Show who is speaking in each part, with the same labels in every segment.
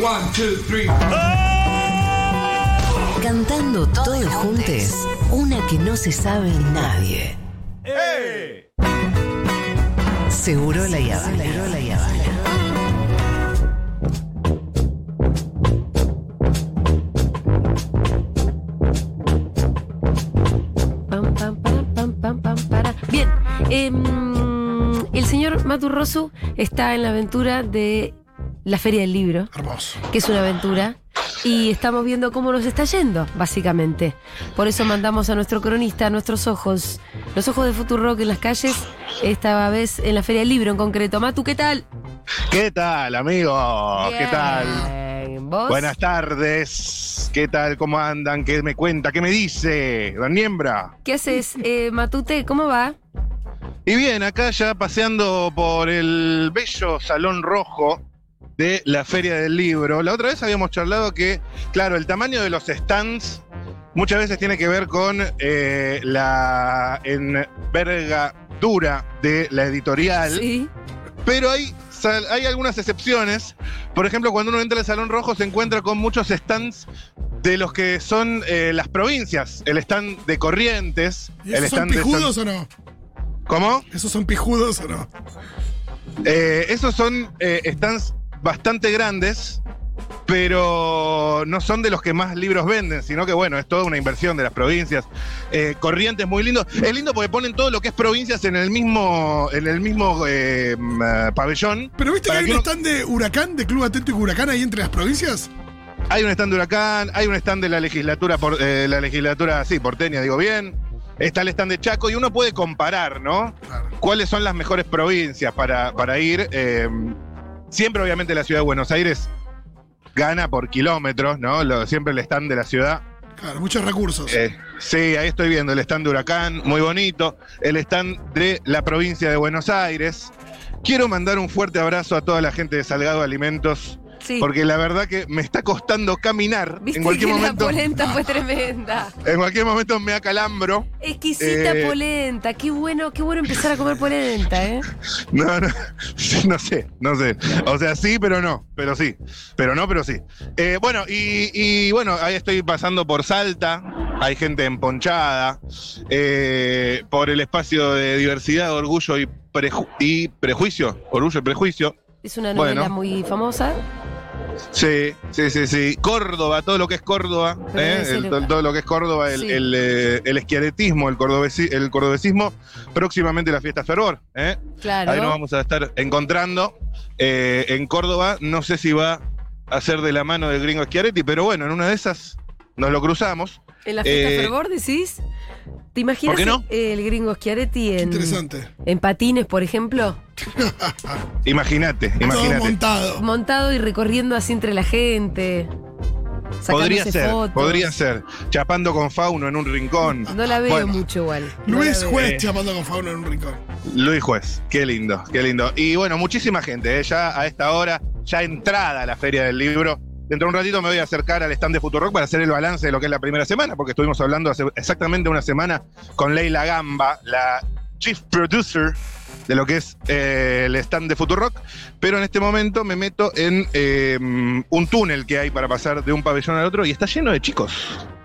Speaker 1: One, two, three.
Speaker 2: Cantando todos juntos, una que no se sabe nadie.
Speaker 3: ¡Eh!
Speaker 2: Seguro la Yavana.
Speaker 4: Pam, pam, para, pam, pam, pam, para. Bien, em, el señor Maturrosu está en la aventura de la Feria del Libro,
Speaker 5: Hermoso.
Speaker 4: que es una aventura, y estamos viendo cómo nos está yendo, básicamente. Por eso mandamos a nuestro cronista, a nuestros ojos, los ojos de Futurock en las calles, esta vez en la Feria del Libro en concreto. Matu, ¿qué tal?
Speaker 6: ¿Qué tal, amigos? Ah, ¿Qué tal?
Speaker 4: Bien, ¿Vos?
Speaker 6: Buenas tardes. ¿Qué tal? ¿Cómo andan? ¿Qué me cuenta? ¿Qué me dice? Don Niembra.
Speaker 4: ¿Qué haces, eh, Matute? ¿Cómo va?
Speaker 6: Y bien, acá ya paseando por el bello salón rojo de la Feria del Libro. La otra vez habíamos charlado que, claro, el tamaño de los stands muchas veces tiene que ver con eh, la envergadura de la editorial.
Speaker 4: Sí.
Speaker 6: Pero hay, sal- hay algunas excepciones. Por ejemplo, cuando uno entra al Salón Rojo se encuentra con muchos stands de los que son eh, las provincias. El stand de Corrientes.
Speaker 5: ¿Y
Speaker 6: el
Speaker 5: ¿Esos son
Speaker 6: stand de San-
Speaker 5: pijudos o no?
Speaker 6: ¿Cómo?
Speaker 5: ¿Esos son pijudos o no?
Speaker 6: Eh, esos son eh, stands bastante grandes, pero no son de los que más libros venden, sino que bueno, es toda una inversión de las provincias. Eh, Corrientes muy lindo. Es lindo porque ponen todo lo que es provincias en el mismo, en el mismo eh, mm, pabellón.
Speaker 5: Pero viste que
Speaker 6: Para
Speaker 5: hay
Speaker 6: que
Speaker 5: un
Speaker 6: uno-
Speaker 5: stand de huracán, de Club Atlético Huracán ahí entre las provincias.
Speaker 6: Hay un stand de Huracán, hay un stand de la legislatura, por, eh, la legislatura, sí, porteña, digo bien. Está el stand de Chaco y uno puede comparar, ¿no?
Speaker 5: Claro.
Speaker 6: ¿Cuáles son las mejores provincias para, para ir? Eh, siempre, obviamente, la ciudad de Buenos Aires gana por kilómetros, ¿no? Lo- siempre el stand de la ciudad.
Speaker 5: Claro, muchos recursos.
Speaker 6: Eh, sí, ahí estoy viendo el stand de Huracán, muy bonito. El stand de la provincia de Buenos Aires. Quiero mandar un fuerte abrazo a toda la gente de Salgado Alimentos,
Speaker 4: Sí.
Speaker 6: porque la verdad que me está costando caminar.
Speaker 4: Viste
Speaker 6: en cualquier
Speaker 4: que
Speaker 6: momento.
Speaker 4: la polenta fue tremenda.
Speaker 6: En cualquier momento me acalambro.
Speaker 4: Exquisita
Speaker 6: Eh,
Speaker 4: polenta, qué bueno, qué bueno empezar a comer polenta, ¿eh?
Speaker 6: No, no, no sé, no sé. O sea, sí, pero no, pero sí. Pero no, pero sí. Eh, bueno, y, y bueno, ahí estoy pasando por Salta. Hay gente emponchada. eh, por el espacio de diversidad, orgullo y, preju- y prejuicio. Orgullo y prejuicio.
Speaker 4: Es una novela
Speaker 6: Bueno.
Speaker 4: muy famosa.
Speaker 6: Sí, sí, sí, sí. Córdoba, todo lo que es Córdoba,
Speaker 4: Pero
Speaker 6: ¿eh?
Speaker 4: debe ser-
Speaker 6: El- todo, todo lo que es Córdoba, el,
Speaker 4: Sí.
Speaker 6: el, eh, el esquiaretismo, el, cordobesi- el cordobesismo, próximamente la fiesta fervor. ¿eh?
Speaker 4: Claro.
Speaker 6: Ahí nos vamos a estar encontrando eh, en Córdoba. No sé si va a ser de la mano del gringo Schiaretti, pero bueno, en una de esas nos lo cruzamos.
Speaker 4: En la fiesta
Speaker 6: eh,
Speaker 4: fervor decís. ¿Te imaginas
Speaker 6: ¿por qué no?
Speaker 4: el gringo Schiaretti
Speaker 5: Qué
Speaker 4: en,
Speaker 5: interesante.
Speaker 4: en patines, por ejemplo?
Speaker 6: Imagínate,
Speaker 5: Todo
Speaker 6: imagínate.
Speaker 5: montado.
Speaker 4: Montado y recorriendo así entre la gente. sacándose
Speaker 6: Podría ser,
Speaker 4: fotos.
Speaker 6: podría ser. Chapando con Fauno en un rincón.
Speaker 4: No la veo
Speaker 6: Bueno.
Speaker 4: mucho igual. no la
Speaker 5: Luis
Speaker 4: veo.
Speaker 5: Juez
Speaker 6: Eh.
Speaker 5: chapando con Fauno en un rincón.
Speaker 6: Luis Juez, qué lindo, qué lindo. Y bueno, muchísima gente, ¿eh? ya a esta hora, ya entrada a la Feria del Libro. Dentro de un ratito me voy a acercar al stand de Futurock para hacer el balance de lo que es la primera semana, porque estuvimos hablando hace exactamente una semana con Leila Gamba, la chief producer de lo que es eh, el stand de Futurock. Pero en este momento me meto en eh, un túnel que hay para pasar de un pabellón al otro y está lleno de chicos.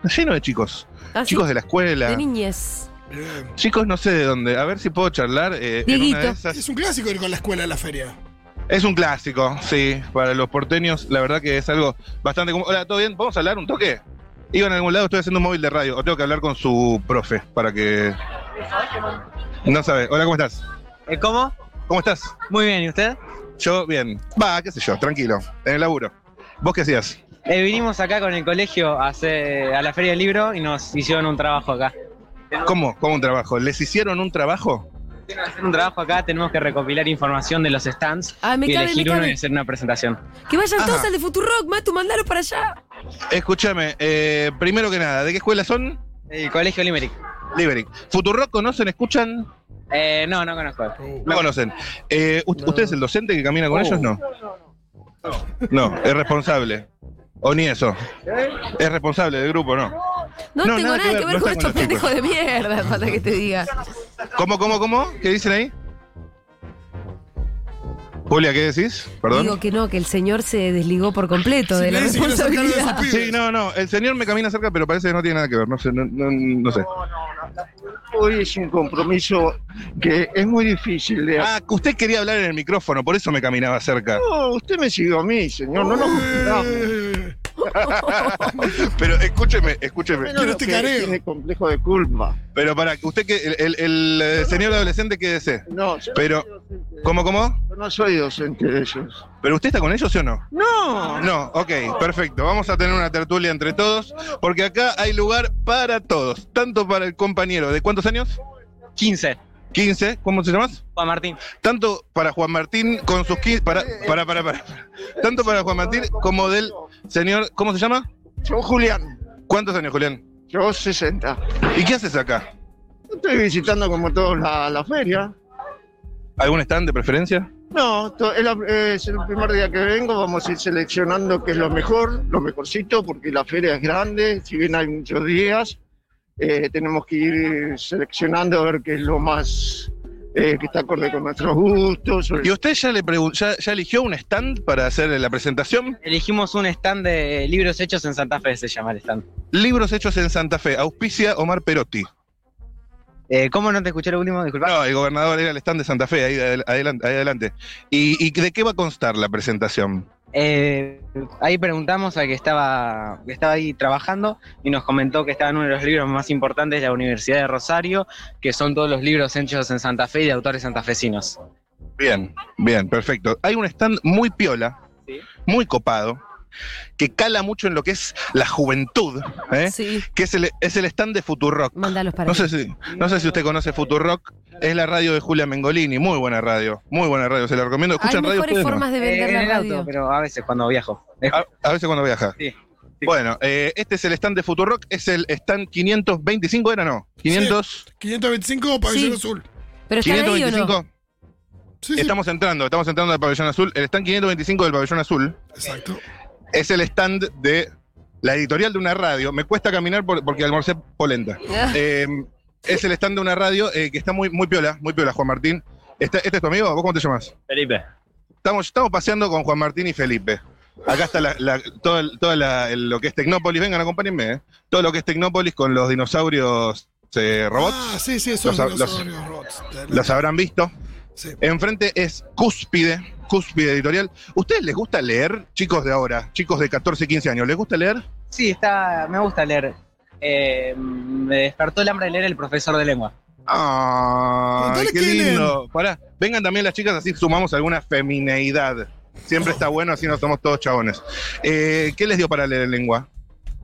Speaker 6: Está lleno de chicos.
Speaker 4: Ah, sí,
Speaker 6: Chicos de la escuela.
Speaker 4: de niñez.
Speaker 5: Bien.
Speaker 6: Chicos, no sé de dónde. A ver si puedo charlar. eh, en una de
Speaker 4: Dieguito.
Speaker 6: esas.
Speaker 5: Es un clásico ir con la escuela a la feria.
Speaker 6: Es un clásico, sí. Para los porteños, la verdad que es algo bastante común. Hola, ¿todo bien? ¿Vamos a hablar un toque? Iban a algún lado, estoy haciendo un móvil de radio. O tengo que hablar con su profe para que. No sabe. Hola, ¿cómo estás?
Speaker 7: Eh, ¿Cómo?
Speaker 6: ¿Cómo estás?
Speaker 7: Muy bien, ¿y usted?
Speaker 6: Yo, bien. Va, qué sé yo, tranquilo. En el laburo. ¿Vos qué hacías?
Speaker 7: Eh, vinimos acá con el colegio a, hacer- a la Feria del Libro y nos hicieron un trabajo acá.
Speaker 6: ¿Cómo? ¿Cómo un trabajo? ¿Les hicieron un trabajo?
Speaker 7: Hacer un trabajo acá tenemos que recopilar información de los stands
Speaker 4: Ah, me
Speaker 7: y
Speaker 4: cabe, me
Speaker 7: elegir uno y
Speaker 4: cabe.
Speaker 7: hacer una presentación.
Speaker 4: Que vayan
Speaker 6: Ajá.
Speaker 4: todos al de Futurock, Matu, mandalo para allá.
Speaker 6: Escúchame, eh, primero que nada, ¿de qué escuela son?
Speaker 7: El colegio Limerick.
Speaker 6: Liberic. ¿Futurock conocen, escuchan?
Speaker 7: Eh, no, no conozco.
Speaker 6: No conocen. Eh, ¿ust-
Speaker 4: No.
Speaker 6: ¿Usted es el docente que camina con ellos? No. No, es responsable. O ni eso. Es responsable del grupo, no.
Speaker 4: No,
Speaker 6: No,
Speaker 4: tengo nada que ver,
Speaker 6: no está
Speaker 4: con estos
Speaker 6: con los
Speaker 4: pendejos de mierda, falta que te diga.
Speaker 6: ¿Cómo, cómo, cómo? ¿Qué dicen ahí? Julia, ¿qué decís? Perdón.
Speaker 4: Digo que no, que el señor se desligó por completo
Speaker 5: Si
Speaker 4: de la
Speaker 5: nadie se quiere sacar de
Speaker 4: responsabilidad.
Speaker 5: sus pibes.
Speaker 6: Sí, no, no. El señor me camina cerca, pero parece que no tiene nada que ver. No sé, no, no- no sé.
Speaker 1: Hoy es un compromiso que es muy difícil de
Speaker 6: Ah, que usted quería hablar en el micrófono, por eso me caminaba cerca.
Speaker 1: No, usted me siguió a mí, señor. No nos juntamos.
Speaker 5: Eh,
Speaker 6: Pero escúcheme, escúcheme.
Speaker 1: Menos
Speaker 5: Quiero
Speaker 1: lo
Speaker 5: este
Speaker 1: que
Speaker 5: careo.
Speaker 1: Tiene complejo de culpa.
Speaker 6: Pero para que usted que el, el- el, eh, señor adolescente que desee.
Speaker 1: No, yo
Speaker 6: Pero-
Speaker 1: no soy docente de-
Speaker 6: ¿Cómo, cómo?
Speaker 1: yo no soy docente de ellos.
Speaker 6: ¿Pero usted está con ellos sí o no?
Speaker 1: No,
Speaker 6: No, ok, perfecto. Vamos a tener una tertulia entre todos, porque acá hay lugar para todos. Tanto para el compañero de cuántos años?
Speaker 7: 15.
Speaker 6: 15, ¿cómo se llamas?
Speaker 7: Juan Martín.
Speaker 6: Tanto para Juan Martín con sus 15. Para, para, para, para. Tanto para Juan Martín como del señor. ¿Cómo se llama?
Speaker 1: Yo, Julián,
Speaker 6: ¿Cuántos años, Julián?
Speaker 1: yo 60.
Speaker 6: ¿Y qué haces acá?
Speaker 1: Estoy visitando como todos la, la feria.
Speaker 6: ¿Algún stand de preferencia?
Speaker 1: No, to- es, la- es el primer día que vengo, vamos a ir seleccionando qué es lo mejor, lo mejorcito, porque la feria es grande, si bien hay muchos días, eh, tenemos que ir seleccionando a ver qué es lo más eh, que está acorde con nuestros gustos.
Speaker 6: ¿Y usted ya le pregun- ya, ya eligió un stand para hacer la presentación?
Speaker 7: Elegimos un stand de libros hechos en Santa Fe, se llama el stand.
Speaker 6: Libros hechos en Santa Fe, auspicia Omar Perotti.
Speaker 7: Eh, ¿Cómo no te escuché lo último? Disculpa.
Speaker 6: No, el gobernador era el stand de Santa Fe, ahí adel- adelante. ahí adelante. ¿Y, y de qué va a constar la presentación?
Speaker 7: Eh, ahí preguntamos al que estaba, que estaba ahí trabajando y nos comentó que estaba en uno de los libros más importantes de la Universidad de Rosario, que son todos los libros hechos en Santa Fe y de autores santafesinos.
Speaker 6: Bien, bien, perfecto. Hay un stand muy piola,
Speaker 7: Sí.
Speaker 6: muy copado, que cala mucho en lo que es la juventud, ¿eh?
Speaker 4: Sí,
Speaker 6: que es el, es el stand de Futurock.
Speaker 4: mándalos para
Speaker 6: No
Speaker 4: mí.
Speaker 6: sé, si, no sé si usted conoce Futurock, es la radio de Julia Mengolini, muy buena radio, muy buena radio, se la recomiendo.
Speaker 4: Hay
Speaker 6: ¿Escuchan radio
Speaker 4: mejores
Speaker 6: ustedes? no?
Speaker 4: formas de
Speaker 7: Eh,
Speaker 4: vender
Speaker 7: en
Speaker 4: la
Speaker 7: el
Speaker 4: radio.
Speaker 7: auto, pero a veces cuando viajo. Es-
Speaker 6: A, a veces cuando viaja.
Speaker 7: Sí, sí.
Speaker 6: Bueno, eh, este es el stand de Futurock, es el stand 525, ¿era no? 500,
Speaker 5: 525 Pabellón
Speaker 4: Sí.
Speaker 5: Azul.
Speaker 4: Pero están ahí o
Speaker 6: 525.
Speaker 4: no.
Speaker 5: Sí, sí,
Speaker 6: Estamos entrando, estamos entrando al pabellón azul. El stand 525 del pabellón azul
Speaker 5: exacto.
Speaker 6: es el stand de la editorial de una radio. Me cuesta caminar por- porque almorcé polenta. Eh, es el stand de una radio eh, que está muy, muy piola, muy piola, Juan Martín. Está- ¿Este es tu amigo? ¿Vos cómo te llamas?
Speaker 7: Felipe.
Speaker 6: Estamos, estamos paseando con Juan Martín y Felipe. Acá está la- la- todo, el- todo la- el- lo que es Tecnópolis. Vengan, acompáñenme. eh. Todo lo que es Tecnópolis con los dinosaurios eh, robots.
Speaker 5: Ah, sí, sí, esos
Speaker 6: Los-
Speaker 5: los,
Speaker 6: los-
Speaker 5: horarios robots.
Speaker 6: Los habrán visto.
Speaker 5: Sí.
Speaker 6: Enfrente es Cúspide, Cúspide Editorial. ¿Ustedes les gusta leer, chicos de ahora, chicos de 14, 15 años? ¿Les gusta leer?
Speaker 7: Sí, está, me gusta leer. Eh, me despertó el hambre de leer el profesor de lengua.
Speaker 6: ¡Ah!
Speaker 5: Contale
Speaker 6: ¡Qué
Speaker 5: qué
Speaker 6: lindo! Pará, vengan también las chicas, así sumamos alguna femineidad. Siempre está bueno, así no somos todos chabones. Eh, ¿Qué les dio para leer lengua?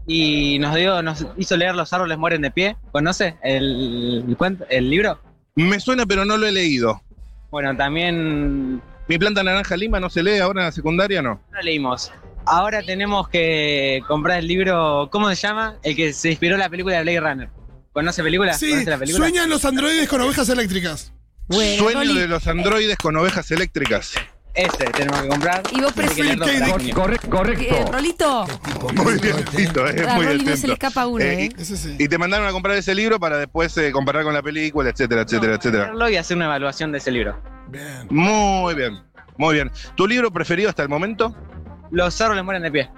Speaker 7: Y nos dio, nos hizo leer Los árboles mueren de pie. ¿Conoce el, el, cuento- el libro?
Speaker 6: Me suena, pero no lo he leído.
Speaker 7: Bueno, también
Speaker 6: Mi planta naranja lima no se lee ahora en la secundaria, no.
Speaker 7: No leímos. Ahora tenemos que comprar el libro, ¿cómo se llama? El que se inspiró en la película de Blade Runner. ¿Conoce película?
Speaker 5: Sí,
Speaker 7: ¿Conoce la película?
Speaker 5: sueñan los androides con ovejas eléctricas.
Speaker 4: Bueno,
Speaker 6: Sueño
Speaker 4: Rolly,
Speaker 6: de los androides con ovejas eléctricas.
Speaker 7: Ese Este tenemos que comprar.
Speaker 4: Y vos
Speaker 7: Tiene que leer
Speaker 5: preferís
Speaker 7: dos
Speaker 5: que-
Speaker 7: para
Speaker 4: eh, Rolito,
Speaker 6: Muy bien, listo, es
Speaker 4: a
Speaker 6: muy
Speaker 4: Rolly no se le
Speaker 6: atento.
Speaker 4: escapa una,
Speaker 6: Eh,
Speaker 4: ¿eh?
Speaker 5: Ese sí.
Speaker 6: Y te mandaron a comprar ese libro para después eh, comparar con la película, etcétera, etcétera, etcétera.
Speaker 7: leerlo y hacer una evaluación de ese libro.
Speaker 5: Bien.
Speaker 6: Muy bien, muy bien. ¿Tu libro preferido hasta el momento?
Speaker 7: Los árboles mueren de pie.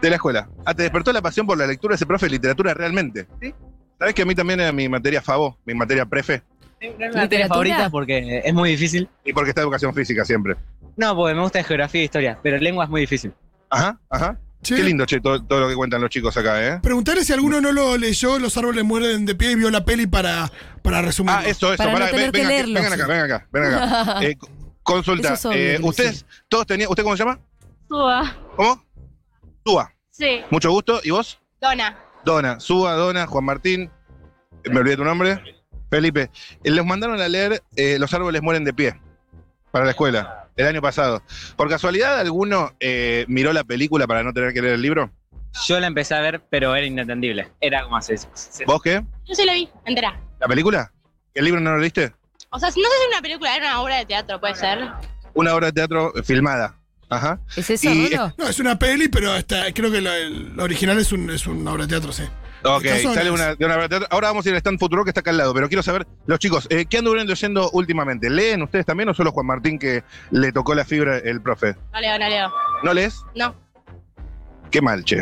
Speaker 6: De la escuela. Ah, te despertó la pasión por la lectura de ese profe de literatura realmente.
Speaker 7: Sí.
Speaker 6: ¿Sabes que a mí también era mi materia favo, mi materia prefe?
Speaker 7: No es
Speaker 4: ¿Literatura?
Speaker 7: mi materia favorita porque es muy difícil.
Speaker 6: Y porque está educación física siempre.
Speaker 7: No, porque me gusta geografía e historia, pero lengua es muy difícil.
Speaker 6: Ajá, ajá.
Speaker 5: Che,
Speaker 6: Qué lindo, che, todo, todo lo que cuentan los chicos acá, ¿eh?
Speaker 5: Preguntarle si alguno no lo leyó, Los árboles mueren de pie y vio la peli para, para resumir.
Speaker 6: Ah, eso, eso.
Speaker 4: Para no
Speaker 6: pará,
Speaker 4: tener que
Speaker 6: ven- vengan, aquí,
Speaker 4: leerlo,
Speaker 6: vengan acá,
Speaker 4: sí.
Speaker 6: vengan acá, vengan acá. Eh, c- consulta.
Speaker 4: Esos son
Speaker 6: eh,
Speaker 4: libros,
Speaker 6: ustedes, todos tenían, ¿usted cómo se llama?
Speaker 8: Suba.
Speaker 6: ¿Cómo? Túa.
Speaker 8: Sí.
Speaker 6: Mucho gusto. ¿Y vos?
Speaker 8: Dona.
Speaker 6: Dona, Suba, Dona, Juan Martín, eh, me olvidé tu nombre, Felipe. Eh, Les mandaron a leer eh, Los árboles mueren de pie para la escuela el año pasado. ¿Por casualidad alguno eh, miró la película para no tener que leer el libro?
Speaker 7: Yo la empecé a ver, pero era inentendible. Era como hace. se-
Speaker 6: ¿Vos qué?
Speaker 8: Yo sí la vi, entera.
Speaker 6: ¿La película? ¿El libro no lo leíste?
Speaker 8: O sea, no sé si es una película, era una obra de teatro, puede ser.
Speaker 6: Una obra de teatro eh, filmada. Ajá.
Speaker 4: ¿Es eso,
Speaker 6: Y-
Speaker 4: Rolo?
Speaker 5: No, es una peli, pero está, creo que la, el- la original es, un, es una obra de teatro, sí.
Speaker 6: Ok,
Speaker 5: Estas
Speaker 6: sale
Speaker 5: horas.
Speaker 6: una, de una Ahora vamos a ir al stand futuro que está acá al lado, pero quiero saber, los chicos, eh, ¿qué anduvieron leyendo últimamente? ¿Leen ustedes también o solo Juan Martín que le tocó la fibra el profe?
Speaker 8: No leo, no leo.
Speaker 6: ¿No lees?
Speaker 8: No.
Speaker 6: Qué mal, che.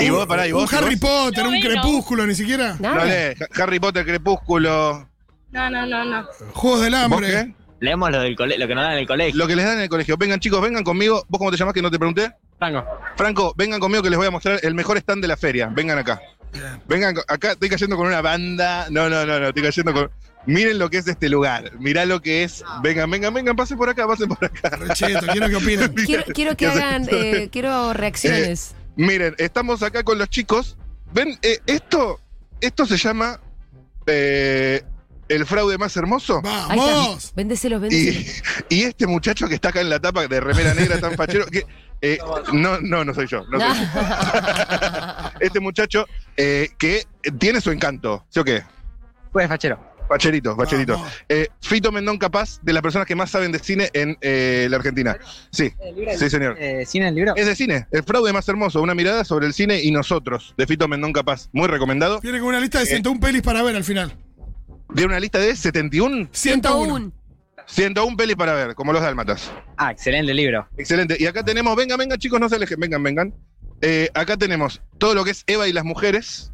Speaker 6: ¿Y vos, pará, y vos?
Speaker 5: Un Harry
Speaker 6: ¿Y vos?
Speaker 5: Potter, un
Speaker 8: Bueno.
Speaker 5: crepúsculo, ni siquiera.
Speaker 6: No
Speaker 4: Nada.
Speaker 6: lees. Harry Potter, Crepúsculo.
Speaker 8: No, no, no, no.
Speaker 5: Juegos del
Speaker 6: ¿Vos
Speaker 5: hambre.
Speaker 6: qué?
Speaker 7: Leemos lo, del cole- lo que nos dan en el colegio.
Speaker 6: Lo que les dan en el colegio. Vengan, chicos, vengan conmigo. ¿Vos cómo te llamás que no te pregunté?
Speaker 7: Franco.
Speaker 6: Franco, vengan conmigo que les voy a mostrar el mejor stand de la feria. Vengan acá. Vengan, co- acá estoy cayendo con una banda. No, no, no, no, estoy cayendo con. Miren lo que es este lugar. Mirá lo que es. Vengan, vengan, vengan, pasen por acá, pasen por acá.
Speaker 5: Recheto, quiero que opinen.
Speaker 4: Quiero, quiero que
Speaker 6: ¿Qué haces?
Speaker 4: hagan, eh, quiero reacciones.
Speaker 6: Miren, estamos acá con los chicos. Ven, eh, esto, esto se llama eh, el fraude más hermoso.
Speaker 4: Ahí está.
Speaker 5: ¡Vamos!
Speaker 4: Véndeselos,
Speaker 6: Y,
Speaker 4: véndeselos.
Speaker 6: y este muchacho que está acá en la tapa de remera negra tan fachero que eh, no, no, no soy yo. No soy yo. Este muchacho eh, que tiene su encanto. ¿Sí o qué?
Speaker 7: Pues, fachero.
Speaker 6: Bacherito, bacherito.
Speaker 5: Vamos.
Speaker 6: Eh, Fito Mendón, capaz, de las personas que más saben de cine en eh, la Argentina. Sí, sí, señor.
Speaker 7: Eh, ¿Cine el libro?
Speaker 6: Es de cine, el fraude más hermoso, una mirada sobre el cine y nosotros, de Fito Mendón, capaz. Muy recomendado.
Speaker 5: Viene con una
Speaker 6: Eh.
Speaker 5: lista de 101 pelis para ver al final.
Speaker 6: Tiene una lista de 71,
Speaker 5: 101.
Speaker 6: 101 pelis para ver, como los dálmatas.
Speaker 7: Ah, excelente libro.
Speaker 6: Excelente. Y acá tenemos, vengan, vengan, chicos, no se alejen, vengan, vengan. Eh, acá tenemos todo lo que es Eva y las mujeres.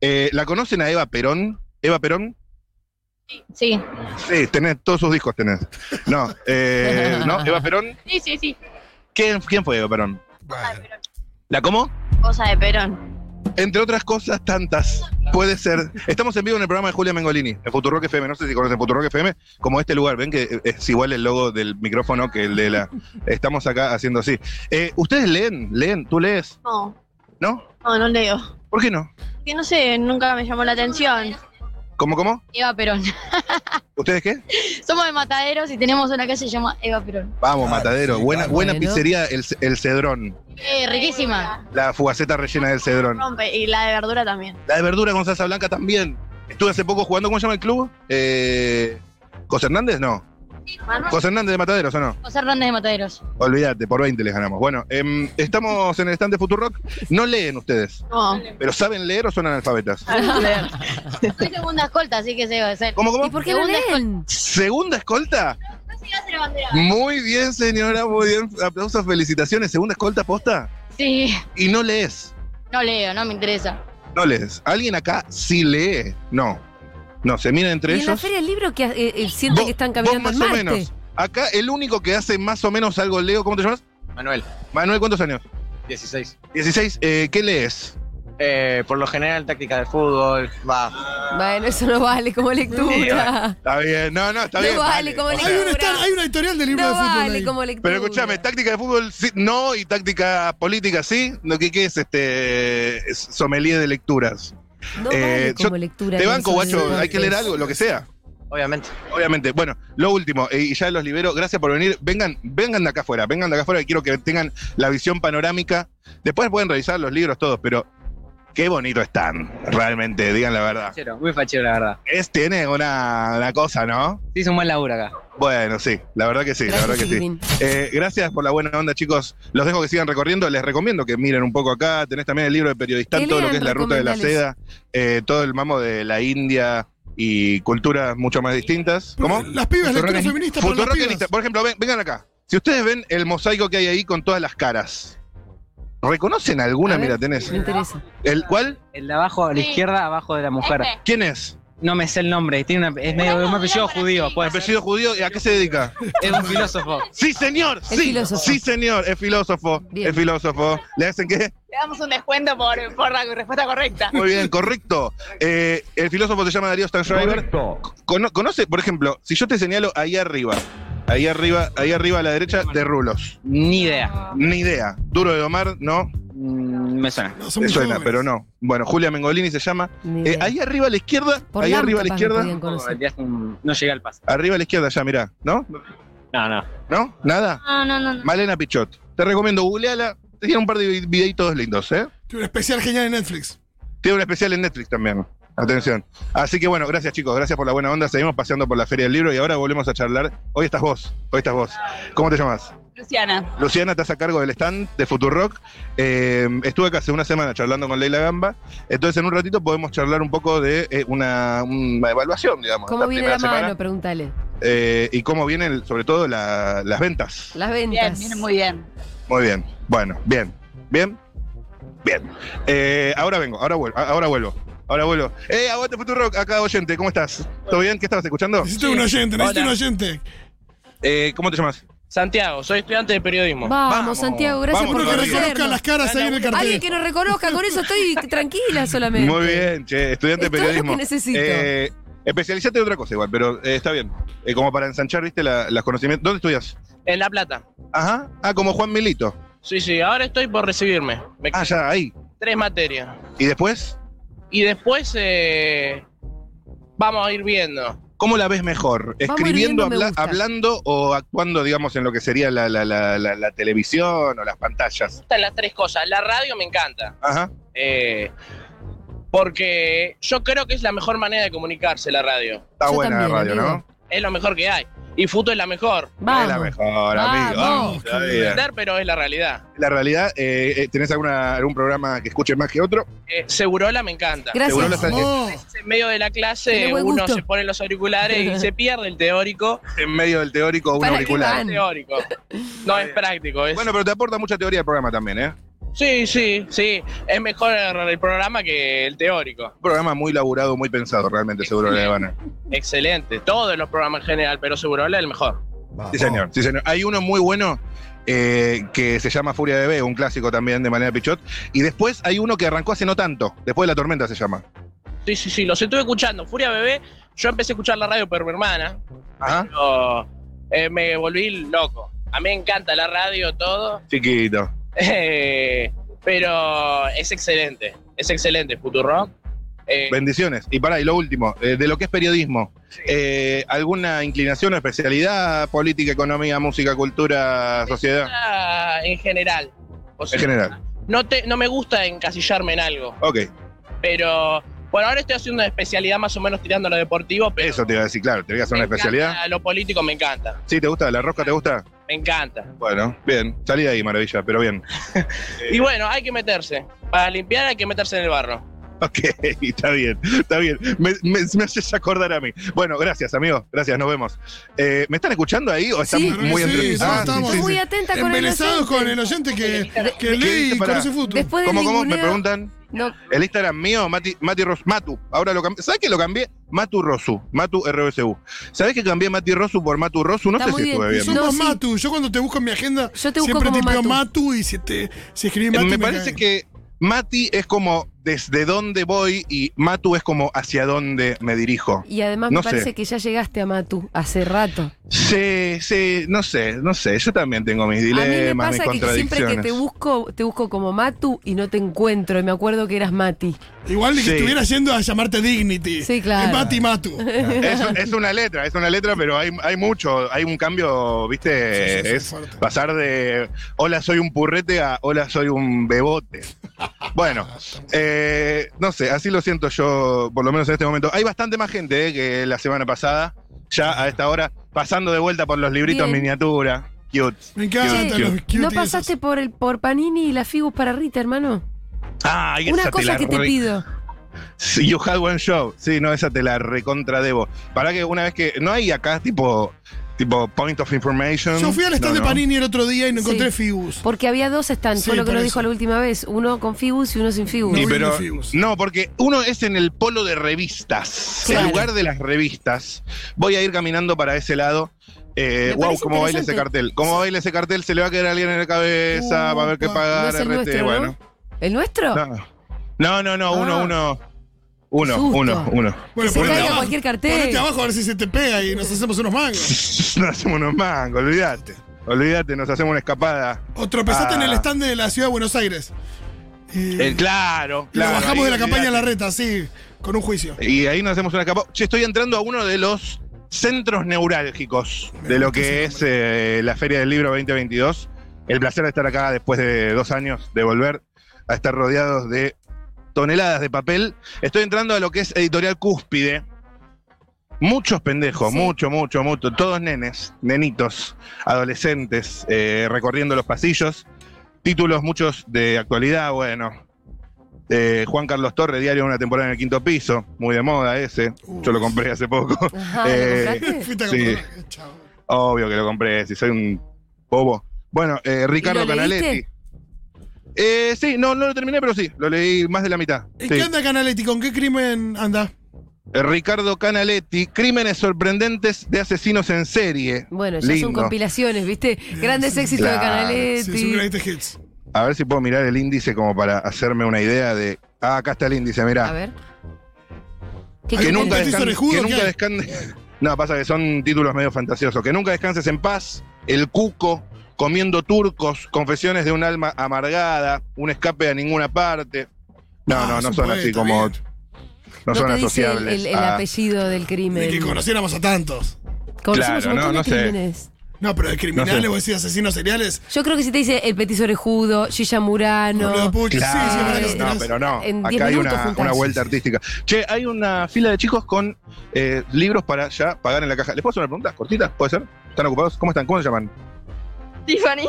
Speaker 6: Eh, ¿La conocen a Eva Perón? ¿Eva Perón?
Speaker 8: Sí,
Speaker 6: Sí, tenés todos sus discos, tenés. No, eh, no, Eva Perón.
Speaker 8: sí, sí, sí.
Speaker 6: ¿Quién, quién fue Eva Perón? ¿La cómo?
Speaker 8: Cosa de Perón.
Speaker 6: Entre otras cosas, tantas. Puede ser. Estamos en vivo en el programa de Julia Mengolini, en Futurock FM. No sé si conocen Futurock FM, como este lugar. Ven que es igual el logo del micrófono que el de la. Estamos acá haciendo así. Eh, ¿Ustedes leen? ¿Leen? ¿Tú lees?
Speaker 9: No,
Speaker 6: ¿No?
Speaker 9: no, no leo.
Speaker 6: ¿Por qué no?
Speaker 9: Que no sé, nunca me llamó la atención.
Speaker 6: ¿Cómo, cómo?
Speaker 8: Eva Perón.
Speaker 6: ¿Ustedes qué?
Speaker 9: Somos de Mataderos y tenemos una casa que se llama Eva Perón.
Speaker 6: Vamos, matadero. buena buena
Speaker 4: Bueno.
Speaker 6: pizzería, el, el Cedrón.
Speaker 9: Eh, riquísima.
Speaker 6: La fugaceta rellena del Cedrón.
Speaker 9: Rompe, y la de verdura también.
Speaker 6: La de verdura con salsa blanca también. Estuve hace poco jugando, ¿cómo se llama el club? Eh, ¿José Hernández? No.
Speaker 9: Manuel.
Speaker 6: ¿José Hernández de Mataderos o no?
Speaker 8: José Hernández de Mataderos.
Speaker 6: Olvídate, por 20 les ganamos. Bueno, em, estamos en el stand de Futurock. No leen ustedes,
Speaker 9: No,
Speaker 6: pero ¿saben leer o son analfabetas?
Speaker 9: soy segunda escolta, así que se va a
Speaker 10: Oh.
Speaker 9: hacer.
Speaker 6: ¿Cómo,
Speaker 4: ¿Y
Speaker 6: cómo?
Speaker 4: por qué no leen?
Speaker 6: ¿Segunda escolta? Muy bien, señora, muy bien. Aplausos, felicitaciones. ¿Segunda escolta posta?
Speaker 8: Sí,
Speaker 6: Y no lees.
Speaker 8: no leo, no me interesa.
Speaker 6: No lees. ¿Alguien acá sí lee? No. No, se miran entre
Speaker 4: Y en la
Speaker 6: ellos.
Speaker 4: feria del libro que eh, eh, sienten
Speaker 6: Vos-
Speaker 4: que están
Speaker 6: vos
Speaker 4: caminando en
Speaker 6: más o
Speaker 4: Marte.
Speaker 6: menos. Acá el único que hace más o menos algo leo, ¿cómo te llamas?
Speaker 7: Manuel,
Speaker 6: Manuel, ¿cuántos años?
Speaker 7: 16.
Speaker 6: 16. Eh, ¿Qué lees?
Speaker 7: Eh, por lo general, táctica de fútbol, va.
Speaker 4: Bueno, eso no vale como lectura.
Speaker 6: Está bien. No, no, está
Speaker 4: No
Speaker 6: bien.
Speaker 4: vale, como
Speaker 6: O
Speaker 4: le-
Speaker 6: sea,
Speaker 5: Hay, un stand- hay una editorial de libro
Speaker 4: No
Speaker 5: de fútbol.
Speaker 4: vale
Speaker 5: ahí.
Speaker 4: como lectura.
Speaker 6: Pero escúchame, táctica de fútbol sí, no y táctica política sí. Lo que, que es este es sommelier de lecturas.
Speaker 4: No
Speaker 6: eh,
Speaker 4: vale
Speaker 6: yo-
Speaker 4: como lectura.
Speaker 6: Te banco,
Speaker 4: Nelson,
Speaker 6: guacho,
Speaker 4: no
Speaker 6: hay que leer
Speaker 4: antes.
Speaker 6: algo, lo que sea.
Speaker 7: Obviamente.
Speaker 6: Obviamente. Bueno, lo último, eh, y ya los libero, gracias por venir. Vengan, vengan de acá afuera, vengan de acá afuera, que quiero que tengan la visión panorámica. Después pueden revisar los libros todos, pero qué bonito están, realmente, digan la verdad.
Speaker 7: Fachero, muy fachero, la verdad.
Speaker 6: Es, tiene una, una cosa, ¿no?
Speaker 7: Se hizo un buen laburo acá.
Speaker 6: Bueno, sí, la verdad que sí, la
Speaker 4: Gracias,
Speaker 6: verdad que sí.
Speaker 4: Silvin.
Speaker 6: Eh, gracias por la buena onda, chicos. Los dejo que sigan recorriendo. Les recomiendo que miren un poco acá. Tenés también el libro de periodista,
Speaker 4: Que
Speaker 6: todo lo
Speaker 4: lean,
Speaker 6: que es la ruta de la seda,
Speaker 4: recomendales.
Speaker 6: eh, todo el mamo de la India y culturas mucho más distintas. ¿Cómo?
Speaker 5: Las pibas, lectura feminista para las
Speaker 6: Futurocanista.
Speaker 5: pibas.
Speaker 6: Por ejemplo, ven- vengan acá. Si ustedes ven el mosaico que hay ahí con todas las caras, ¿reconocen alguna?
Speaker 4: A ver.
Speaker 6: Mira, tenés.
Speaker 4: Me interesa.
Speaker 6: ¿El cuál?
Speaker 7: El de abajo, a la
Speaker 8: Sí.
Speaker 7: izquierda, abajo de la mujer.
Speaker 8: Este.
Speaker 6: ¿Quién es?
Speaker 7: No me sé el nombre, tiene una- es medio un apellido judío, pues.
Speaker 6: ¿Apellido judío? ¿Y a qué se dedica?
Speaker 7: Es un filósofo.
Speaker 6: ¡Sí, señor!
Speaker 4: Es
Speaker 6: ¡Sí!
Speaker 4: filósofo.
Speaker 6: ¡Sí, señor! Es filósofo.
Speaker 4: Bien.
Speaker 6: Es filósofo. ¿Le hacen qué?
Speaker 10: Le damos un descuento por, por la respuesta correcta.
Speaker 6: Muy bien, correcto. Eh, el filósofo se llama Darío Stanschreiber. Cono- conoce, por ejemplo, si yo te señalo ahí arriba, ahí arriba, ahí arriba a la derecha, de rulos.
Speaker 7: Ni idea.
Speaker 6: Ni idea. Duro de domar, no.
Speaker 7: Mm, me suena.
Speaker 5: No, son
Speaker 6: Me
Speaker 5: muy
Speaker 6: suena,
Speaker 5: jóvenes.
Speaker 6: pero no. Bueno, Julia Mengolini se llama.
Speaker 4: Ni
Speaker 6: Eh,
Speaker 4: idea.
Speaker 6: ahí arriba a la izquierda,
Speaker 4: Por
Speaker 6: ahí
Speaker 4: LAM
Speaker 6: arriba a la
Speaker 4: capaz me
Speaker 6: izquierda,
Speaker 4: podían conocer.
Speaker 7: No llega al paso.
Speaker 6: arriba a la izquierda, ya mirá, ¿no?
Speaker 7: No, no.
Speaker 6: ¿No? ¿Nada?
Speaker 8: No, no, no, no.
Speaker 6: Malena Pichot. Te recomiendo, googleala. Tiene un par de videitos lindos, ¿eh?
Speaker 5: Tiene un especial genial en Netflix.
Speaker 6: Tiene un especial en Netflix también. Atención. Así que bueno, gracias chicos, gracias por la buena onda. Seguimos paseando por la Feria del Libro y ahora volvemos a charlar. Hoy estás vos, hoy estás vos. ¿Cómo te llamas?
Speaker 10: Luciana.
Speaker 6: Luciana, estás a cargo del stand de Futurock. Eh, estuve casi una semana charlando con Leila Gamba. Entonces, en un ratito podemos charlar un poco de eh, una, una evaluación, digamos.
Speaker 4: ¿Cómo
Speaker 6: esta
Speaker 4: viene la
Speaker 6: primera
Speaker 4: mano?
Speaker 6: semana,
Speaker 4: Pregúntale.
Speaker 6: eh, y cómo vienen, sobre todo, la- las ventas.
Speaker 4: Las
Speaker 10: Bien,
Speaker 4: ventas.
Speaker 10: viene muy bien.
Speaker 6: Muy bien. Bueno, bien. Bien. Bien. Eh, ahora vengo, ahora vuelvo. Ahora vuelvo. Ahora vuelvo. ¡Eh, aguante Futurock! Acá, oyente, ¿cómo estás? ¿Todo bien? ¿Qué estabas escuchando?
Speaker 5: Necesito un oyente, necesito un
Speaker 11: Hola.
Speaker 5: oyente.
Speaker 6: Eh, ¿Cómo te llamas?
Speaker 11: Santiago, soy estudiante de periodismo.
Speaker 4: Vamos,
Speaker 6: Vamos.
Speaker 4: Santiago, gracias
Speaker 6: Vamos,
Speaker 5: Uno
Speaker 4: por
Speaker 5: que
Speaker 6: todavía.
Speaker 5: reconozca
Speaker 4: conocernos.
Speaker 5: las caras ahí en el
Speaker 4: Alguien
Speaker 5: cartel.
Speaker 4: que nos reconozca, con eso estoy tranquila solamente.
Speaker 6: Muy bien, che, estudiante de
Speaker 4: Es todo lo que
Speaker 6: periodismo.
Speaker 4: necesito.
Speaker 6: Eh, especializate en otra cosa igual, pero eh, está bien. Eh, como para ensanchar, viste, la- las conocimientos. ¿Dónde estudias?
Speaker 11: En La Plata.
Speaker 6: Ajá. Ah, como Juan Milito.
Speaker 11: Sí, sí, ahora estoy por recibirme. Me
Speaker 6: Ah,
Speaker 11: quedan
Speaker 6: ya, ahí.
Speaker 11: tres materias.
Speaker 6: ¿Y después?
Speaker 11: Y después eh, vamos a ir viendo.
Speaker 6: ¿Cómo la ves mejor? ¿Escribiendo,
Speaker 4: viendo, me
Speaker 6: habla-
Speaker 4: gusta.
Speaker 6: hablando o actuando, digamos, en lo que sería la, la- la- la- la televisión o las pantallas?
Speaker 11: Están las tres cosas. La radio me encanta.
Speaker 6: Ajá.
Speaker 11: eh, porque yo creo que es la mejor manera de comunicarse la radio.
Speaker 6: Está
Speaker 4: Yo
Speaker 6: buena
Speaker 4: también,
Speaker 6: la radio,
Speaker 4: amigo.
Speaker 6: ¿no?
Speaker 11: Es lo mejor que hay. Y Futo es la mejor.
Speaker 6: Es la
Speaker 4: Vamos.
Speaker 6: mejor, amigo.
Speaker 4: Vamos.
Speaker 6: Vamos, todavía.
Speaker 11: Entender, Pero es la realidad.
Speaker 6: La realidad, eh, eh, ¿tenés alguna, algún programa que escuches más que otro?
Speaker 11: Eh, Segurola me encanta.
Speaker 6: Seguro lo estás-
Speaker 4: Gracias.
Speaker 5: Vamos.
Speaker 11: En medio de la
Speaker 4: Tiene
Speaker 11: clase
Speaker 4: buen
Speaker 11: uno
Speaker 4: gusto.
Speaker 11: se pone los auriculares y se pierde el teórico.
Speaker 6: en medio del teórico un
Speaker 4: ¿Para qué
Speaker 6: auricular.
Speaker 4: van?
Speaker 11: Teórico. No es práctico. Es,
Speaker 6: Bueno, pero te aporta mucha teoría el programa también, ¿eh?
Speaker 11: Sí, sí, sí. Es mejor el programa que el teórico.
Speaker 6: Un programa muy laburado, muy pensado, realmente, seguro, la Habana.
Speaker 11: Excelente. Todos los programas en general, pero Segurola es el mejor.
Speaker 6: Sí, señor. Sí, señor. Hay uno muy bueno eh, que se llama Furia de B, un clásico también de manera pichot. Y después hay uno que arrancó hace no tanto, después de la tormenta se llama.
Speaker 11: Sí, sí, sí. Los estuve escuchando. Furia Bebé, yo empecé a escuchar la radio por mi hermana.
Speaker 6: Ajá.
Speaker 11: pero, eh, me volví loco. A mí me encanta la radio, todo.
Speaker 6: Chiquito.
Speaker 11: Eh, pero es excelente. Es excelente, Futurock. Eh,
Speaker 6: Bendiciones. Y pará, y lo último, eh, de lo que es periodismo, eh, ¿alguna inclinación o especialidad? Política, economía, música, cultura, sociedad.
Speaker 11: Ah, en general. O sea,
Speaker 6: En general.
Speaker 11: No, te, no me gusta encasillarme en algo,
Speaker 6: Ok,
Speaker 11: pero bueno, ahora estoy haciendo una especialidad más o menos tirando a lo deportivo, pero
Speaker 6: eso te iba a decir, claro, te voy a hacer
Speaker 11: me
Speaker 6: una especialidad.
Speaker 11: encanta, Lo político me encanta,
Speaker 6: ¿Sí te gusta? ¿La rosca te gusta?
Speaker 11: me encanta.
Speaker 6: Bueno, bien, salí de ahí, maravilla, pero bien. Eh.
Speaker 11: Y bueno, hay que meterse. Para limpiar hay que meterse en el barro.
Speaker 6: Ok, está bien, está bien. Me, me- me haces acordar a mí. Bueno, gracias, amigo. Gracias, nos vemos. Eh, ¿Me están escuchando ahí o están
Speaker 4: Sí.
Speaker 6: muy
Speaker 5: Sí,
Speaker 6: entre-
Speaker 5: sí,
Speaker 6: Ah,
Speaker 5: estamos.
Speaker 6: sí, sí.
Speaker 4: Muy atenta con el
Speaker 5: Embelesados
Speaker 4: docente.
Speaker 5: con el oyente que, que lee y
Speaker 6: Pará.
Speaker 5: conoce fútbol.
Speaker 4: Después del
Speaker 6: ¿Cómo, cómo? Me
Speaker 4: ninguneo-
Speaker 6: preguntan.
Speaker 4: No,
Speaker 6: El Instagram mío, Mati, Mati Ros- Matu. Ahora lo cambié. ¿Sabes que lo cambié? Matu Rosu. Matu RBSU. ¿sabes que cambié Mati Rosu por Matu Rosu? No
Speaker 4: Está
Speaker 6: sé
Speaker 4: muy
Speaker 6: si estuve
Speaker 4: bien.
Speaker 6: bien.
Speaker 5: Somos
Speaker 4: No, sí.
Speaker 5: Matu. Yo cuando te busco en mi agenda,
Speaker 4: Yo te busco
Speaker 5: siempre
Speaker 4: como
Speaker 5: te pido
Speaker 4: Matu.
Speaker 5: Matu y si, te, si escribí
Speaker 6: Eh,
Speaker 5: Matu.
Speaker 6: me parece
Speaker 5: cae.
Speaker 6: que Mati es como desde dónde voy y Matu es como hacia dónde me dirijo.
Speaker 4: y además
Speaker 6: No
Speaker 4: me parece
Speaker 6: sé.
Speaker 4: que ya llegaste a Matu hace rato.
Speaker 6: Sí, sí, no sé, no sé. Yo también tengo mis
Speaker 4: a mí me
Speaker 6: dilemas, mis
Speaker 4: pasa que siempre
Speaker 6: contradicciones.
Speaker 4: que te busco, te busco como Matu y no te encuentro. Y me acuerdo que eras Mati.
Speaker 5: Igual de que
Speaker 6: Sí.
Speaker 5: estuviera yendo a llamarte Dignity.
Speaker 4: Sí, claro.
Speaker 5: Es Mati Matu.
Speaker 6: Es, es una letra, es una letra, pero hay, hay mucho, hay un cambio, ¿viste?
Speaker 5: Sí, sí, sí,
Speaker 6: es
Speaker 5: fuerte.
Speaker 6: pasar de hola soy un purrete a hola soy un bebote. Bueno, eh, no sé, así lo siento yo, por lo menos en este momento. Hay bastante más gente eh, que la semana pasada, ya a esta hora, pasando de vuelta por los libritos
Speaker 4: Bien.
Speaker 6: miniatura. Cute.
Speaker 5: Me encanta
Speaker 6: Sí.
Speaker 5: los
Speaker 4: ¿No
Speaker 5: cuties
Speaker 4: pasaste
Speaker 5: esos.
Speaker 4: por el por Panini y las Figus para Rita, hermano?
Speaker 6: Ah, y
Speaker 4: Una
Speaker 6: esa
Speaker 4: cosa
Speaker 6: la
Speaker 4: que te
Speaker 6: re-
Speaker 4: pido.
Speaker 6: Sí, You Had One Show. Sí, no, esa te la recontra debo. Para que una vez que. No hay acá tipo. Tipo Point of Information.
Speaker 5: Yo fui al stand
Speaker 6: No,
Speaker 5: de
Speaker 6: no.
Speaker 5: Panini el otro día y no
Speaker 4: Sí.
Speaker 5: encontré Fibus.
Speaker 4: Porque había dos stands,
Speaker 5: Sí,
Speaker 4: fue lo que
Speaker 5: por
Speaker 4: nos
Speaker 5: eso.
Speaker 4: dijo la última vez. Uno con Figus y uno sin Figus.
Speaker 6: Y
Speaker 5: No,
Speaker 6: pero,
Speaker 5: Fibus.
Speaker 6: no, porque uno es en el polo de revistas.
Speaker 4: Claro.
Speaker 6: En lugar de las revistas, voy a ir caminando para ese lado. Eh,
Speaker 4: Me
Speaker 6: wow,
Speaker 4: parece
Speaker 6: cómo baila
Speaker 4: interesante.
Speaker 6: ese cartel. Cómo baila ese cartel, se le va a quedar a alguien en la cabeza,
Speaker 5: Uh,
Speaker 6: va a haber que
Speaker 5: pa-
Speaker 6: pagar.
Speaker 4: no es el
Speaker 6: RT,
Speaker 4: nuestro, ¿no?
Speaker 6: bueno.
Speaker 4: ¿El nuestro?
Speaker 6: No, no, no, uno,
Speaker 4: Ah.
Speaker 6: uno. Uno,
Speaker 4: Susto.
Speaker 6: uno, uno.
Speaker 5: Bueno,
Speaker 4: se
Speaker 5: ponete
Speaker 4: caiga
Speaker 5: abajo.
Speaker 4: cualquier cartel.
Speaker 5: Ponete abajo a ver si se te pega y nos hacemos unos mangos.
Speaker 6: Nos hacemos unos mangos, olvídate. Olvídate, nos hacemos una escapada.
Speaker 5: O tropezaste en el
Speaker 6: Ah.
Speaker 5: stand de la ciudad de Buenos Aires. Y,
Speaker 6: Eh, claro,
Speaker 5: y lo
Speaker 6: claro.
Speaker 5: bajamos de la
Speaker 6: Ahí,
Speaker 5: campaña a la reta, sí, con un juicio.
Speaker 6: Y ahí nos hacemos una capa. Che, estoy entrando a uno de los centros neurálgicos
Speaker 5: Me
Speaker 6: de lo
Speaker 5: gusta
Speaker 6: que
Speaker 5: ese
Speaker 6: es eh, la Feria del Libro 2022. El placer de estar acá después de dos años, de volver a estar rodeados de toneladas de papel. Estoy entrando a lo que es Editorial Cúspide, Muchos pendejos,
Speaker 4: Sí.
Speaker 6: mucho, mucho, mucho. Todos nenes, nenitos, adolescentes, eh, recorriendo los pasillos. Títulos muchos de actualidad, bueno. Eh, Juan Carlos Torre, diario de una temporada en el quinto piso, muy de moda ese. Yo lo compré hace poco.
Speaker 4: Ajá,
Speaker 6: Eh,
Speaker 4: ¿lo compraste?
Speaker 5: Fuiste a
Speaker 6: Sí.
Speaker 5: comprar- Chao.
Speaker 6: Obvio que lo compré, si soy un bobo. Bueno, eh, Ricardo
Speaker 4: lo leíste?
Speaker 6: Canaletti. Eh, sí, no, no lo terminé, pero sí, lo leí más de la mitad.
Speaker 5: ¿En
Speaker 6: Sí.
Speaker 5: qué anda Canaletti? ¿Con qué crimen anda?
Speaker 6: Eh, Ricardo Canaletti, Crímenes sorprendentes de asesinos en serie.
Speaker 4: Bueno, ya son
Speaker 6: Lindo.
Speaker 4: compilaciones, ¿viste? Grandes éxitos de
Speaker 6: Claro.
Speaker 4: Canaletti.
Speaker 5: Sí, es un gran hits.
Speaker 6: A ver si puedo mirar el índice como para hacerme una idea de. Ah, acá está el índice,
Speaker 4: A
Speaker 6: mirá.
Speaker 4: ver.
Speaker 5: Hay
Speaker 6: Que
Speaker 5: un
Speaker 6: nunca,
Speaker 5: contexto
Speaker 6: descan-
Speaker 5: orejudo,
Speaker 6: que
Speaker 5: ¿qué
Speaker 6: nunca
Speaker 5: hay?
Speaker 6: descan- No, pasa que son títulos medio fantasiosos. Que nunca descanses en paz. El cuco. Comiendo turcos. Confesiones de un alma amargada. Un escape a ninguna parte. No,
Speaker 5: Ah,
Speaker 6: no,
Speaker 5: es
Speaker 6: no
Speaker 5: un
Speaker 6: son
Speaker 5: poeta,
Speaker 6: así como.
Speaker 5: bien.
Speaker 6: No, son
Speaker 4: te dice el-
Speaker 6: asociables. Ah.
Speaker 4: el, el
Speaker 6: a-
Speaker 4: apellido del
Speaker 5: De que
Speaker 4: crimen.
Speaker 5: conociéramos a tantos.
Speaker 4: Conocemos
Speaker 6: Claro,
Speaker 4: un montón
Speaker 6: no, no
Speaker 4: de
Speaker 6: sé.
Speaker 4: crímenes.
Speaker 5: No, pero de criminales,
Speaker 6: No sé.
Speaker 5: vos decís asesinos seriales.
Speaker 4: Yo creo que si te dice el petiso orejudo, Gilla Murano.
Speaker 5: Pablo Puch, sí, sí, es verdad
Speaker 6: Claro,
Speaker 5: que los
Speaker 6: no,
Speaker 5: tenés.
Speaker 6: pero no.
Speaker 4: En diez
Speaker 6: Acá hay
Speaker 4: minutos
Speaker 6: una,
Speaker 4: juntás.
Speaker 6: una vuelta artística. Che, hay una fila de chicos con eh, libros para ya pagar en la caja. ¿Les puedo hacer una pregunta cortita? ¿Puede ser? ¿Están ocupados? ¿Cómo están? ¿Cómo se llaman?
Speaker 9: Tiffany.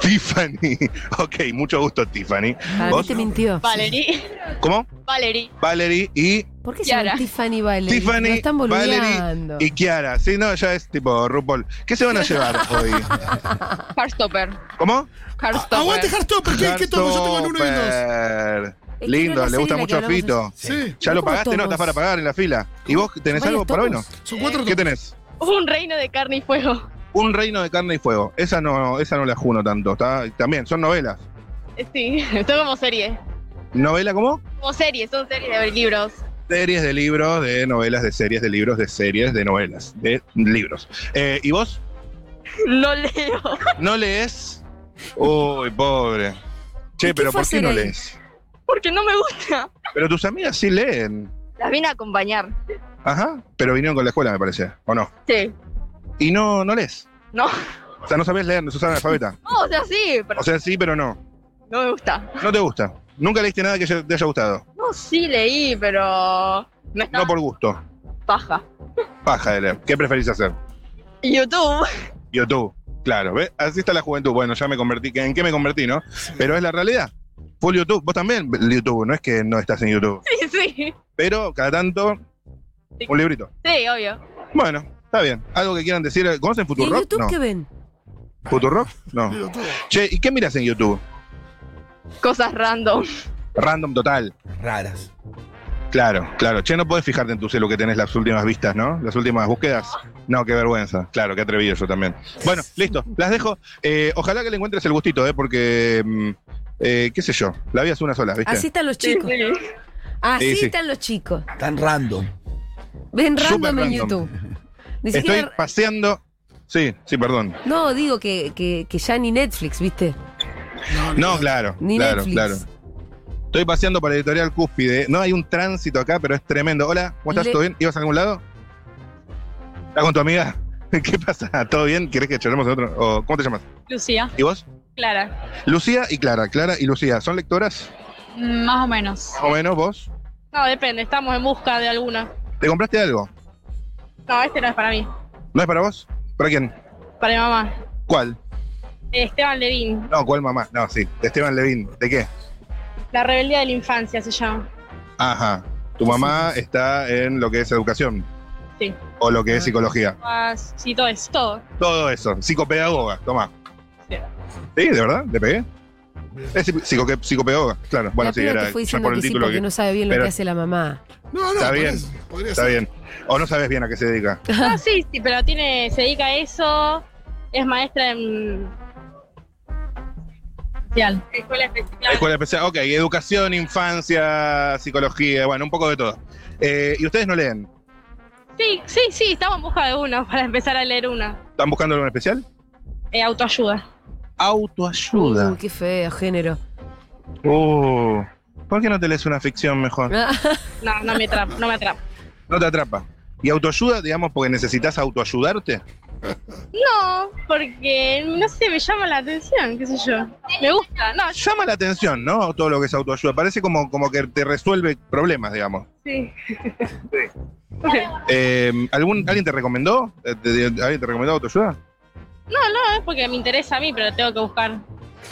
Speaker 6: Tiffany. Ok, mucho gusto, Tiffany.
Speaker 4: Para mí
Speaker 6: ¿Vos?
Speaker 4: te mintió.
Speaker 9: Valerie.
Speaker 6: ¿cómo?
Speaker 9: Valerie.
Speaker 6: Valerie y,
Speaker 4: ¿Por qué se llama
Speaker 9: Kiara.
Speaker 4: Tiffany Valerie?
Speaker 6: Tiffany,
Speaker 4: Lo están boludeando.
Speaker 6: Valerie y Kiara. Sí, no, ya es tipo RuPaul. ¿Qué se van a llevar hoy?
Speaker 10: Heartstopper.
Speaker 6: ¿cómo?
Speaker 5: Ah, Aguante Hardstopper, ¿qué, ¿qué tomo? Yo tengo el 1 y el 2.
Speaker 6: Heartstopper.
Speaker 4: Es que era
Speaker 6: Lindo,
Speaker 4: la
Speaker 6: le gusta
Speaker 4: serie
Speaker 6: mucho a
Speaker 4: de la que
Speaker 6: Fito.
Speaker 5: Sí,
Speaker 6: ¿Ya lo
Speaker 4: ¿Cómo
Speaker 6: pagaste? No,
Speaker 4: tomos?
Speaker 6: estás para pagar en la fila. ¿Y vos tenés
Speaker 4: ¿Son
Speaker 6: algo
Speaker 4: varios
Speaker 6: para hoy? No.
Speaker 4: tomos?
Speaker 5: son cuatro
Speaker 6: ¿Qué tenés?
Speaker 9: Un reino de carne y fuego.
Speaker 6: Un reino de carne y fuego. Esa no, esa no la juno tanto. está- También, son novelas.
Speaker 9: Sí, son como serie.
Speaker 6: ¿Novela cómo?
Speaker 9: Como series, son series de libros.
Speaker 6: Series de libros, de novelas, de series, de libros, de series, de novelas, de libros. Eh, ¿Y vos?
Speaker 9: No leo.
Speaker 6: ¿No lees? Uy, pobre. Che,
Speaker 4: ¿Y qué
Speaker 6: pero
Speaker 4: fue
Speaker 6: ¿por qué
Speaker 4: hacer
Speaker 6: no
Speaker 4: ahí?
Speaker 6: lees?
Speaker 9: Porque no me gusta.
Speaker 6: Pero tus amigas sí leen.
Speaker 9: Las vine a acompañar.
Speaker 6: Ajá. Pero vinieron con la escuela, me parece. ¿O no?
Speaker 9: Sí.
Speaker 6: ¿Y no, no lees?
Speaker 9: No.
Speaker 6: O sea, no sabes leer, no sos analfabeta.
Speaker 9: No, o sea, sí, pero
Speaker 6: O sea, sí, pero no.
Speaker 9: no me gusta.
Speaker 6: No te gusta. Nunca leíste nada que te haya gustado.
Speaker 9: No, sí leí, pero me está
Speaker 6: No por gusto.
Speaker 9: paja.
Speaker 6: Paja de leer. ¿Qué preferís hacer?
Speaker 9: YouTube.
Speaker 6: YouTube, claro, ¿ves? Así está la juventud. Bueno, ya me convertí, ¿en qué me convertí, no? Pero es la realidad. Full YouTube, vos también YouTube, no es que no estás en YouTube.
Speaker 9: Sí, sí.
Speaker 6: Pero cada tanto, un librito.
Speaker 9: Sí, obvio.
Speaker 6: Bueno, está bien. ¿Algo que quieran decir? ¿Conocen
Speaker 4: ¿Y en
Speaker 6: Futurock?
Speaker 4: YouTube
Speaker 6: No.
Speaker 4: qué ven?
Speaker 6: ¿Futurock? No.
Speaker 5: Digo, tú.
Speaker 6: Che, ¿y qué miras en YouTube?
Speaker 9: Cosas random.
Speaker 6: Random total.
Speaker 3: Raras.
Speaker 6: Claro, claro. Che, no podés fijarte en tu celu que tenés las últimas vistas, ¿no? Las últimas búsquedas. No, qué vergüenza. Claro, qué atrevido yo también. Bueno, listo. Las dejo. Eh, ojalá que le encuentres el gustito, ¿eh? Porque, mm, eh, qué sé yo, la vida es una sola, ¿viste?
Speaker 4: Así están los
Speaker 9: Sí,
Speaker 4: chicos.
Speaker 9: sí.
Speaker 4: Así
Speaker 6: Sí, sí.
Speaker 4: están los chicos.
Speaker 3: Tan random.
Speaker 4: Ven
Speaker 6: Súper
Speaker 4: random en
Speaker 6: random.
Speaker 4: YouTube. Ni
Speaker 6: Estoy
Speaker 4: siquiera.
Speaker 6: paseando. Sí, sí, perdón.
Speaker 4: No, digo que, que, que ya ni Netflix, ¿viste?
Speaker 6: No, claro,
Speaker 4: Ni
Speaker 6: claro,
Speaker 4: Netflix.
Speaker 6: claro. Estoy paseando por Editorial Cúspide. No hay un tránsito acá, pero es tremendo. Hola, ¿cómo estás?
Speaker 4: Le-
Speaker 6: ¿Todo bien? ¿Ibas a algún lado? ¿Estás con tu amiga? ¿Qué pasa? ¿Todo bien? ¿Querés que charlemos en otro? o ¿Cómo te llamas?
Speaker 10: Lucía,
Speaker 6: ¿Y vos?
Speaker 10: Clara,
Speaker 6: Lucía y Clara. Clara y Lucía, ¿son lectoras?
Speaker 10: más o menos.
Speaker 6: Más o menos vos.
Speaker 9: No, depende, estamos en busca de alguna.
Speaker 6: ¿Te compraste algo?
Speaker 9: No, este no es para mí,
Speaker 6: ¿No es para vos? ¿Para quién?
Speaker 9: para mi mamá. Eh,
Speaker 6: ¿Cuál?
Speaker 9: Esteban Levín,
Speaker 6: No, ¿cuál mamá? No, sí. de Esteban Levín. ¿De qué?
Speaker 9: La rebeldía de la infancia se llama.
Speaker 6: Ajá. Tu mamá está en lo que es educación.
Speaker 9: Sí.
Speaker 6: O lo que es psicología.
Speaker 9: Ah, Sí, todo es todo.
Speaker 6: Todo eso. Psicopedagoga, toma.
Speaker 9: Sí.
Speaker 6: Sí, de verdad, le pegué. Es psico- psicopedagoga, claro. Bueno,
Speaker 4: la
Speaker 6: sí,
Speaker 4: piba
Speaker 6: era
Speaker 4: te fue
Speaker 6: ya
Speaker 4: diciendo
Speaker 6: por el
Speaker 4: que sí
Speaker 6: título
Speaker 4: porque
Speaker 6: que.
Speaker 4: no sabe bien lo
Speaker 6: pero-
Speaker 4: que hace la mamá.
Speaker 5: No, no,
Speaker 6: Está
Speaker 5: por
Speaker 6: bien.
Speaker 5: eso, Podría
Speaker 6: Está
Speaker 5: ser.
Speaker 6: bien. O no sabes bien a qué se dedica.
Speaker 9: No, sí, sí, pero tiene, se dedica a eso, es maestra en... Especial. Escuela especial.
Speaker 6: Escuela especial, ok. Educación, infancia, psicología, bueno, un poco de todo. Eh, ¿Y ustedes no leen?
Speaker 9: Sí, sí, sí, estamos en busca de una para empezar a leer una.
Speaker 6: ¿Están buscando algo en especial?
Speaker 9: Eh, autoayuda.
Speaker 6: Autoayuda.
Speaker 5: Ah.
Speaker 4: Uy, qué feo, género.
Speaker 6: Oh. ¿Por qué no te lees una ficción mejor?
Speaker 9: No, no me atrapa, no me atrapa.
Speaker 6: No te atrapa. ¿Y autoayuda, digamos, porque necesitas autoayudarte?
Speaker 9: No, porque no sé, me llama la atención, qué sé yo. Me gusta, no, yo
Speaker 6: Llama la atención, ¿no? Todo lo que es autoayuda. Parece como, como que te resuelve problemas, digamos.
Speaker 9: sí.
Speaker 6: Eh, ¿algún, ¿Alguien te recomendó? Eh, te- te- ¿Alguien te recomendó autoayuda?
Speaker 9: No, no, es porque me interesa a mí, pero tengo que buscar.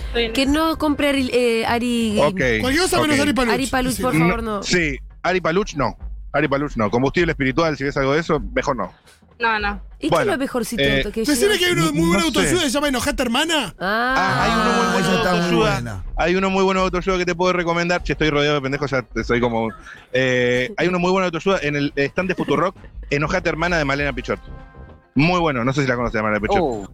Speaker 9: Estoy en
Speaker 4: Que
Speaker 9: eso.
Speaker 4: no compre Ari, eh, Ari
Speaker 6: Ok. Mm.
Speaker 5: Cualquier cosa menos
Speaker 6: ok.
Speaker 5: Ari Paluch.
Speaker 4: Ari Paluch,
Speaker 5: Sí.
Speaker 4: por favor, no.
Speaker 6: Sí, Ari Paluch no. Ari Paluch no. Combustible espiritual, si ves algo de eso, mejor no.
Speaker 9: No, no.
Speaker 4: ¿Y qué
Speaker 6: Bueno,
Speaker 4: es lo mejorcito
Speaker 6: eh,
Speaker 4: que
Speaker 5: Decime
Speaker 4: lleva?
Speaker 5: que hay uno muy buena
Speaker 6: No sé.
Speaker 5: autoayuda que se llama Enojate Hermana.
Speaker 6: Ah, hay uno muy
Speaker 4: Ah,
Speaker 6: bueno
Speaker 4: ya
Speaker 6: de
Speaker 4: está.
Speaker 6: autoayuda. Hay uno muy bueno de autoayuda que te puedo recomendar. Si estoy rodeado de pendejos, ya te- soy como. Eh, hay uno muy bueno de autoayuda en el stand de Futurock, Enojate Hermana de Malena Pichot. Muy bueno, no sé si la conoces, Malena Pichot.
Speaker 7: Uh,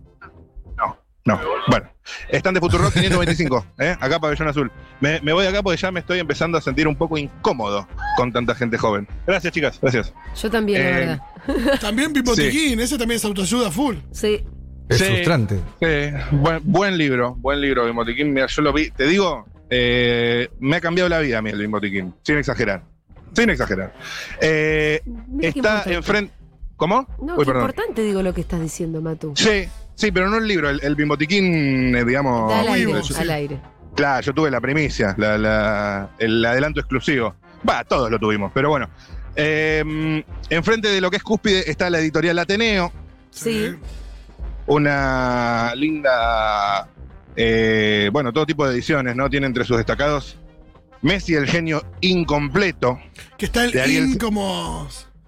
Speaker 6: No, bueno. Stand de Futurock 525, ¿eh? acá Pabellón Azul. Me, me voy acá porque ya me estoy empezando a sentir un poco incómodo con tanta gente joven. Gracias, chicas, gracias.
Speaker 4: Yo también, la
Speaker 6: Eh,
Speaker 4: verdad.
Speaker 5: También Pipotiquín, ese también es autoayuda full.
Speaker 4: Sí.
Speaker 3: Es
Speaker 6: Sí.
Speaker 3: frustrante.
Speaker 6: Sí, buen, buen libro, buen libro, Bimotiquín. Mira, yo lo vi, te digo, eh, me ha cambiado la vida a mí el Bimotiquín, sin exagerar. Sin exagerar. Eh,
Speaker 4: Mira qué
Speaker 6: está
Speaker 4: importante.
Speaker 6: enfrente. ¿Cómo?
Speaker 4: No,
Speaker 6: Uy,
Speaker 4: qué
Speaker 6: perdón.
Speaker 4: importante digo lo que estás diciendo, Matu.
Speaker 6: Sí, sí, pero no el libro, el, el Bimotiquín, eh, digamos.
Speaker 4: Da al aire,
Speaker 6: yo-
Speaker 4: al aire.
Speaker 6: Claro, yo tuve la primicia, la- la- el adelanto exclusivo. Va, todos lo tuvimos, pero bueno. Eh, enfrente de lo que es Cúspide está la editorial Ateneo,
Speaker 4: Sí.
Speaker 6: una linda, eh, bueno, todo tipo de ediciones, ¿no? Tiene entre sus destacados Messi, el genio incompleto.
Speaker 5: Que está el
Speaker 6: De Ariel-
Speaker 5: in como.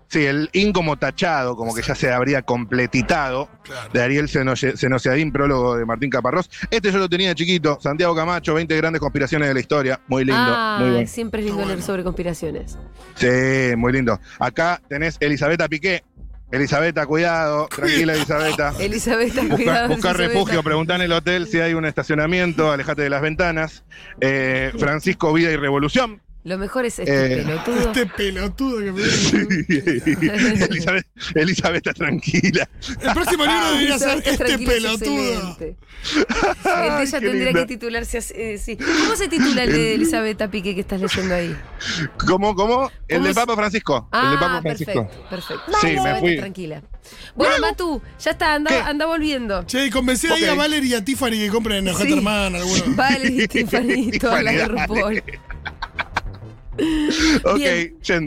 Speaker 6: Sí, el in como tachado, como que ya se habría completitado,
Speaker 5: Claro.
Speaker 6: de Ariel Senoce- Senociadín, prólogo de Martín Caparrós. Este yo lo tenía de chiquito, Santiago Camacho, 20 grandes conspiraciones de la historia. Muy lindo,
Speaker 4: ah,
Speaker 6: muy bueno.
Speaker 4: siempre es lindo
Speaker 5: Está
Speaker 4: leer
Speaker 5: bueno.
Speaker 4: sobre conspiraciones.
Speaker 6: Sí, muy lindo. Acá tenés Elisabetta Piqué. Elisabetta, cuidado, tranquila Elisabetta.
Speaker 4: Elizabeth,
Speaker 6: Buscar,
Speaker 4: cuidado.
Speaker 6: buscar
Speaker 4: Elizabeth.
Speaker 6: refugio, preguntar en el hotel si hay un estacionamiento, alejate de las ventanas. Eh, Francisco, vida y revolución.
Speaker 4: Lo mejor es este
Speaker 6: Eh,
Speaker 4: pelotudo.
Speaker 5: Este pelotudo que me.
Speaker 6: Elizabeth, Elizabeth está tranquila.
Speaker 5: El próximo libro debería
Speaker 4: Elizabeth,
Speaker 5: ser
Speaker 4: estás
Speaker 5: Este
Speaker 4: tranquila, es
Speaker 5: pelotudo.
Speaker 4: excelente. El de
Speaker 6: Ay,
Speaker 4: ella
Speaker 6: qué
Speaker 4: tendría
Speaker 6: linda.
Speaker 4: que titularse así. eh, sí. ¿Cómo se titula el de Elizabeth Pique que estás leyendo ahí?
Speaker 6: ¿Cómo, cómo? El
Speaker 4: ¿Cómo
Speaker 6: del
Speaker 4: es? Ah,
Speaker 6: Papa Francisco. el del Papa Francisco.
Speaker 4: perfecto, perfecto.
Speaker 6: Sí, me
Speaker 4: Elizabeth,
Speaker 6: fui.
Speaker 4: Tranquila. Bueno, Matu, ya está,
Speaker 6: ¿Qué?
Speaker 4: anda, anda volviendo.
Speaker 5: Che, y convencí ahí a
Speaker 6: Ok.
Speaker 5: Valerie y a Tiffany que compren Enojate
Speaker 4: Sí.
Speaker 5: Hermana. alguno.
Speaker 4: Vale, Tiffany, todas las de
Speaker 6: Tiffany,
Speaker 4: RuPaul.
Speaker 6: Ok,
Speaker 4: Bien.
Speaker 6: yendo.